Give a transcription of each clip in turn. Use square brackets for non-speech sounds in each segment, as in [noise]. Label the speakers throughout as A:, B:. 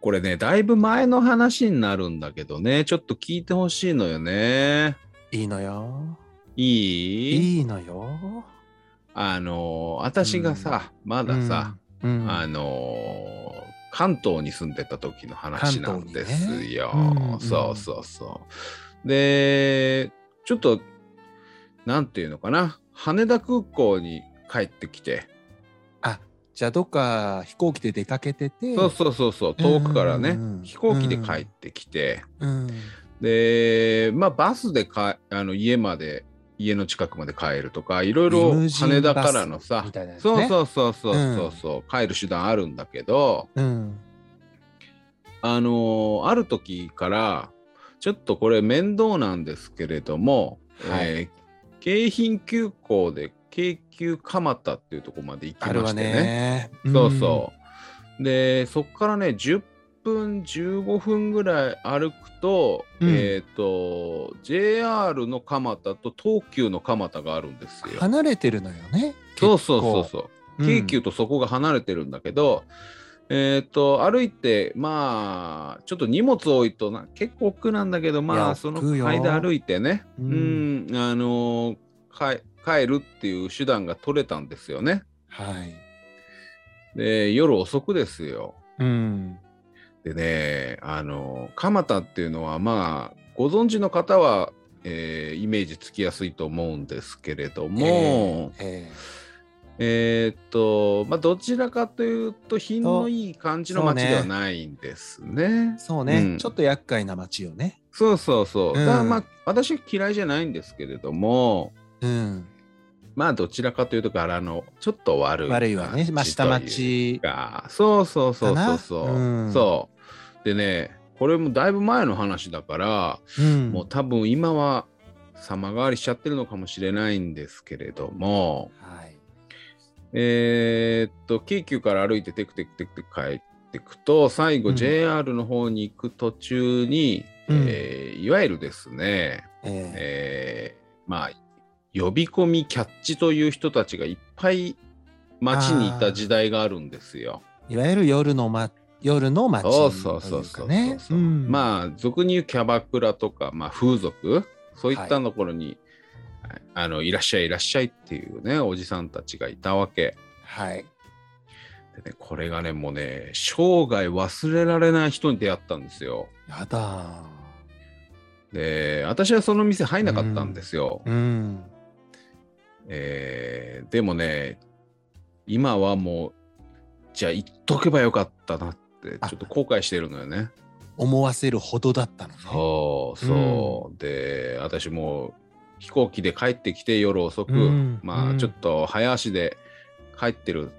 A: これね、だいぶ前の話になるんだけどね、ちょっと聞いてほしいのよね。
B: いいのよ。
A: いい
B: いいのよ。
A: あのー、私がさ、まださ、
B: うん、うん
A: あのー、関東に住んでた時の話なんですよ。
B: 関東にねうんうん
A: そうそうそう。で、ちょっと、なんていうのかな、羽田空港に帰ってきて、
B: あじゃあどっか飛行機で出かけてて。
A: そうそうそうそう、遠くからね、
B: うんうんうん
A: 飛行機で帰ってきて、
B: うん。
A: で、まあ、バスでかあの家まで、家の近くまで帰るとか、いろいろ
B: リムジン
A: 羽田からのさ、
B: みたいなやつ
A: そう
B: ね。う。
A: そうそうそうそうそう、帰る手段あるんだけど、
B: ん。
A: あのーある時からちょっとこれ面倒なんですけれども、
B: はい
A: えー京浜急行で京急蒲田っていうところまで行きま
B: ある
A: し
B: わ
A: てね
B: ね。
A: そうそうでそっからね10分15分ぐらい歩くと、
B: うん
A: えっ、と JR の蒲田と東急の蒲田があるんです
B: うん
A: よ。
B: 離れてるのよね。
A: そうそうそうそう。
B: うん
A: 京急とそこが離れてるんだけど、えっ、と歩いてまあちょっと荷物多いとな結構奥なんだけど
B: い
A: まあ
B: や
A: その
B: 億劫よ
A: 間歩いてねう
B: うんん、
A: あのー帰帰るっていう手段が取れたんですよね
B: はい。
A: で夜遅くですよ
B: うん。
A: でねあのー蒲田っていうのはまあご存知の方は、えーイメージつきやすいと思うんですけれども、
B: え
A: えーっと、まあ、どちらかというと、品のいい感じの
B: そう
A: 街
B: ね
A: ではないんですね
B: え。そうね、
A: うん
B: ちょっと厄介な街よね。
A: そうそうそう。
B: うん
A: だからまあ、私は嫌いじゃないんですけれども、
B: うん。
A: まあ、どちらかというと、柄のちょっと悪い感じ
B: 悪いわね。まあ、下町
A: という。か。そうそうそうそうそう。
B: かなうん
A: そう。でね、これもだいぶ前の話だから、
B: うん
A: もう多分今は様変わりしちゃってるのかもしれないんですけれども、
B: はい。
A: えーっと、京急から歩いてテクテクテクテク帰ってくと、最後
B: うん
A: JR の方に行く途中に、
B: うん
A: えーいわゆるですね、
B: え
A: えーまあ、呼び込みキャッチという人たちがいっぱい街にいた時代があるんですよ。
B: えいわゆる夜の、ま、夜の街とい
A: そうう
B: か、ね。
A: そうそうそうそう。
B: うん、あ、
A: まあ、俗に言うキャバクラとか、まあ、風俗、そういったところに、あのいらっしゃいいらっしゃいっていうね、おじさんたちがいたわけ。
B: はい。
A: でね、これがね、もうね、生涯忘れられない人に出会ったんですよ。
B: やだー。
A: で、私はその店入んなかったんですよ。
B: うん。
A: えーでもね、今はもう、じゃあ行っとけばよかったなって、
B: あ
A: ちょっと後悔してるのよね。
B: 思わせるほどだったのね。
A: そうそう。で、私もう飛行機で帰ってきて夜遅く、
B: うん
A: ま
B: う
A: あ
B: ん
A: ちょっと早足で帰ってる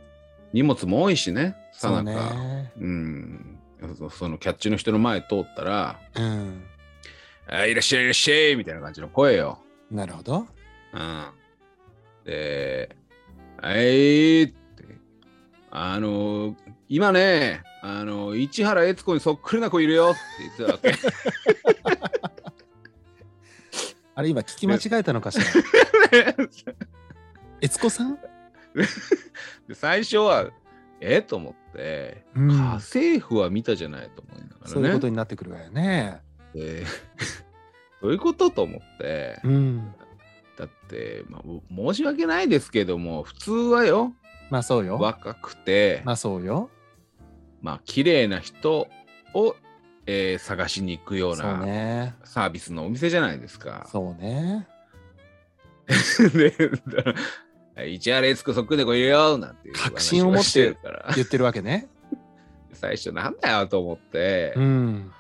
A: 荷物も多いしね、さ
B: そ
A: な
B: うね。
A: か。うん、そそのキャッチの人の前通ったら
B: うん。
A: 「あいらっしゃいいらっしゃい」みたいな感じの声よ。
B: なるほど。
A: うん、で「はい」ってあの今ねあの市原悦子にそっくりな子いるよ」って言ってたわけ。
B: あれ今聞き間違えたのかしら。 [laughs] 悦子さん？
A: で最初は「えと思って「
B: う
A: 家
B: ん
A: 政婦は見たじゃない」と思いながらね。
B: そういうことになってくるわよね。
A: [laughs] でどういうことと思って。
B: うん。
A: だって、まあ、お申し訳ないですけども普通はよ
B: まあそうよ。
A: 若くて
B: まあそうよ。
A: まあ綺麗な人を、えー探しに行くよう
B: そう
A: な
B: ね。
A: サービスのお店じゃないですか。
B: そうね。
A: [laughs] でだから市原悦子そっくりでこいるよなんていう話
B: 確信を持って
A: をしてるから
B: 言ってるわけ
A: [laughs]
B: ね。
A: 最初なんだよと思って、
B: うん。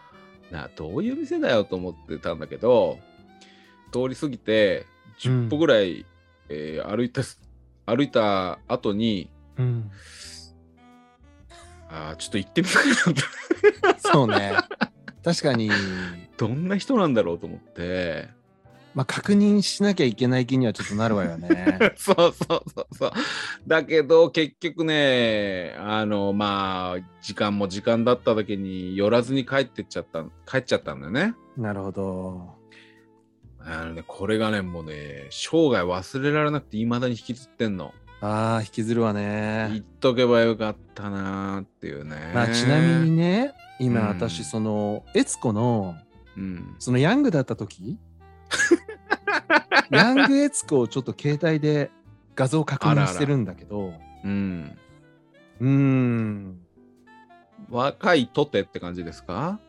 A: などういう店だよと思ってたんだけど通り過ぎて10歩ぐらい、えー歩いた歩いた後に
B: うん。
A: あーちょっと行ってみた [laughs] いなと
B: そうね。確かに、
A: どんな人なんだろうと思って。
B: まあ確認しなきゃいけない気にはちょっとなるわよね。
A: [laughs] そうそうそうそう。だけど結局ね、あのまあ時間も時間だっただけに寄らずに帰ってっちゃった帰っちゃったんだよね。
B: [laughs] なるほど。
A: あのねこれがねもうね生涯忘れられなくて未だに引きずってんの。
B: ああ、引きずるわ
A: 言
B: ね。
A: っとけばよかったなーっていうね。
B: まあちなみにね、今、
A: うん
B: 私、その、悦子の、
A: うん。
B: そのヤングだった [laughs] 時ヤング悦子をちょっと携帯で画像確認してるんだけど、
A: うん。
B: うーん、
A: 若いとてって感じですか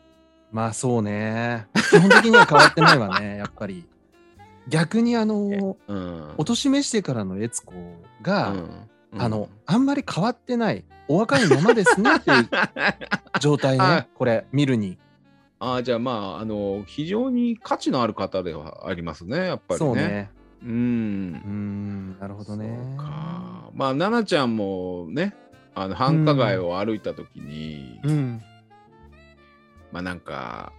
B: まあそうね。基本的には変わってないわね、やっぱり。逆にあの、
A: うん。
B: おとしめしてからの悦子が、
A: うん
B: あの、、あんまり変わってない、お若いままですねっ
A: [laughs]
B: ていう状態
A: はい
B: ね、これ、見るに。
A: ああ、じゃあまあ、あの、非常に価値のある方ではありますね、やっぱりね。
B: そう。ね。
A: うん
B: うー。ん、なるほどね
A: そう。かまあ奈々ちゃんもねあの繁華街を歩いた時に、
B: うん、
A: まあなんか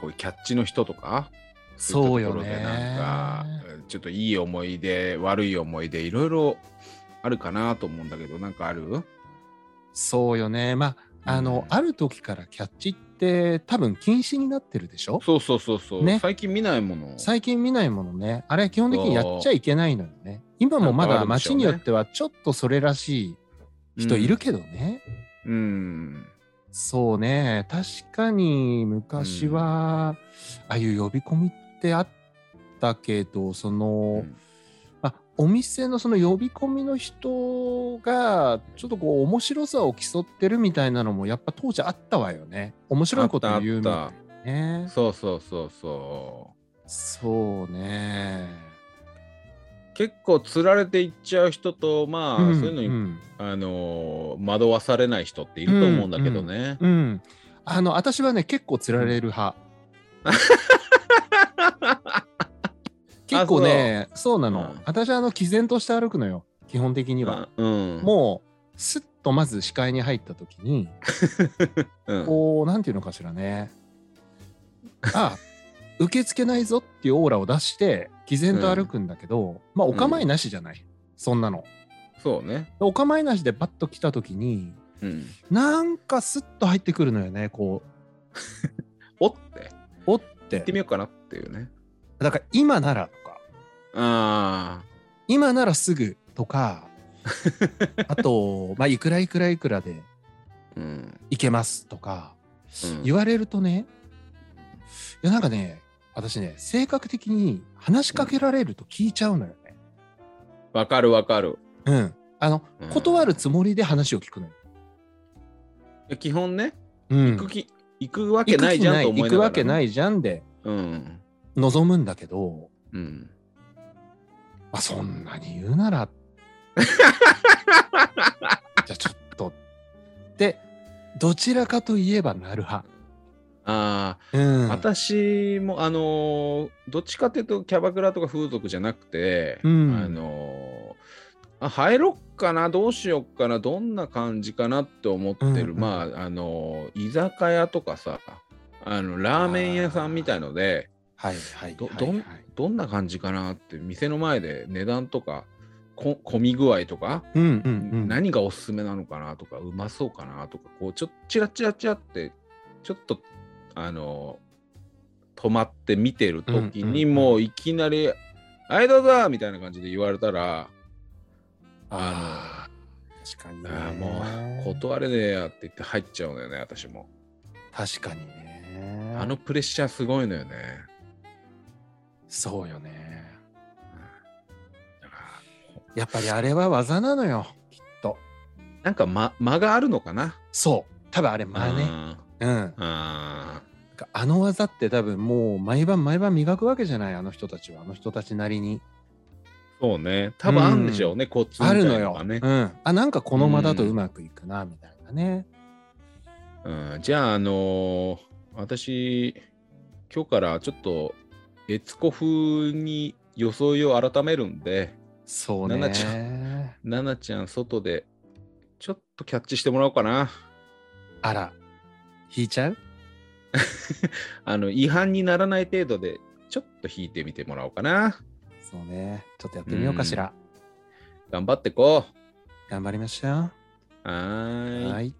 A: こういうキャッチの人とか
B: そう
A: いった
B: よ
A: ところで
B: ね。
A: なんかちょっといい思い出悪い思い出いろいろあるかなと思うんだけどなんかある
B: そうよね。まあ、あの、
A: うん
B: ある時からキャッチって多分禁止になってるでしょ
A: そうそうそうそう、
B: ね
A: 最近見ないもの
B: 最近見ないものね。あれ、基本的にやっちゃいけないのよね。今もま
A: なんかある
B: だ
A: んでしょ
B: 街
A: うね
B: によってはちょっとそれらしい人いるけどね。
A: うん、うん
B: そうね。確かに昔は、ああいう呼び込みってあったけど、その、まあ、お店のその呼び込みの人がちょっとこう面白さを競ってるみたいなのもやっぱ当時あったわよね面白いことを言
A: あ
B: うみ
A: ったあ
B: た
A: っ
B: いなね
A: そうそうそうそ
B: そうね
A: う結構つられていっちゃう人とまあ、
B: うん
A: そういうのに、
B: うん
A: あのー惑わされない人っていると思うんだけどね、
B: うんあの私はね結構釣られ
A: [laughs]
B: る派結構ねそうなの、
A: うん
B: 私はあの毅然として歩くのよ基本的には、
A: うん、
B: もうすっとまず視界に入った時に
A: うん、
B: こう、なんていうのかしらね。あ、受け付けないぞっていうオーラを出して、毅然と歩くんだけど、まあ、お構いなしじゃない。そんなの。
A: そうね。
B: お構いなしでパッと来た時に、
A: うん。
B: なんかスッと入ってくるのよね、こ
A: おって、
B: う、おっ
A: 行って
B: て。
A: みようかなっていうね。
B: だから、今ならとか、
A: あ
B: 今ならすぐと
A: [laughs]
B: か、あと、まあ、いくらいくらいくらで
A: あ、うん。
B: 行けますとか、
A: うん
B: 言われるとね、いやなんかね、私ね、性格的に話しかけられると聞いちゃうのよね。
A: わかるわかる。
B: うん。あの、
A: うん
B: 断るつもりで話を聞くのよ。
A: 基本ね、
B: う
A: 行
B: ん。
A: くき、行くわけないじゃんと思
B: 行
A: いな
B: く
A: がら、。
B: わけないいじゃんで
A: うん。
B: 望むんだけど、
A: うん。
B: まあ、そんなに言うな [laughs] ら、じゃあちょっと。で、どちらかといえばなる派。
A: ああ、
B: うん。
A: 私も、あのーどっちかっていうと、キャバクラとか風俗じゃなくて、
B: うん
A: あのーあ入ろっかなどうしよっかなどんな感じかなって思ってる、
B: うんうん
A: まああのー居酒屋とかさあのラーメン屋さんみたいので
B: はいはい
A: ど
B: はい、
A: ど
B: は
A: ん
B: い。
A: どんな感じかなって店の前で値段とかこ混み具合とか、
B: うんうんうん。
A: 何がおすすめなのかなとかうまそうかなとかこうちょっとチラチラチラってちょっとあの止まって見てる時に
B: うんうんうん
A: もういきなり「はいどうぞ!」みたいな感じで言われたら
B: あー確かにね、
A: ああもう断れねえやって言って入っちゃうんだよね私も
B: 確かにね。
A: あのプレッシャーすごいのよね
B: そうよね。
A: だか
B: やっぱりあれは技なのよ、きっと。
A: らなんか間間があるのかな
B: そう。多分あれ、まあね。
A: あ
B: うん。
A: あ
B: あの技って多分もう毎晩毎晩磨くわけじゃない、あの人たちは。あの人たちなりに。
A: そうね多分あるんでしょうね、コツみ
B: あ
A: たい
B: る
A: な
B: の
A: の
B: よ。
A: が
B: う
A: ね、
B: ん。あ、なんかこの間だとうまくいくな、みたいなね。
A: うんじゃああのー私今日からちょっと悦子風に装いを改めるんで
B: そう
A: ななちゃ
B: ね。
A: 奈々ちゃん外でちょっとキャッチしてもらおうかな
B: あら、引いちゃう
A: あの違反にならない程度でちょっと引いてみてもらおうかな
B: そうね。ちょっとやってみようかしら。
A: 頑張ってこ
B: 頑張りましょ
A: う
B: う。
A: はーい
B: はい。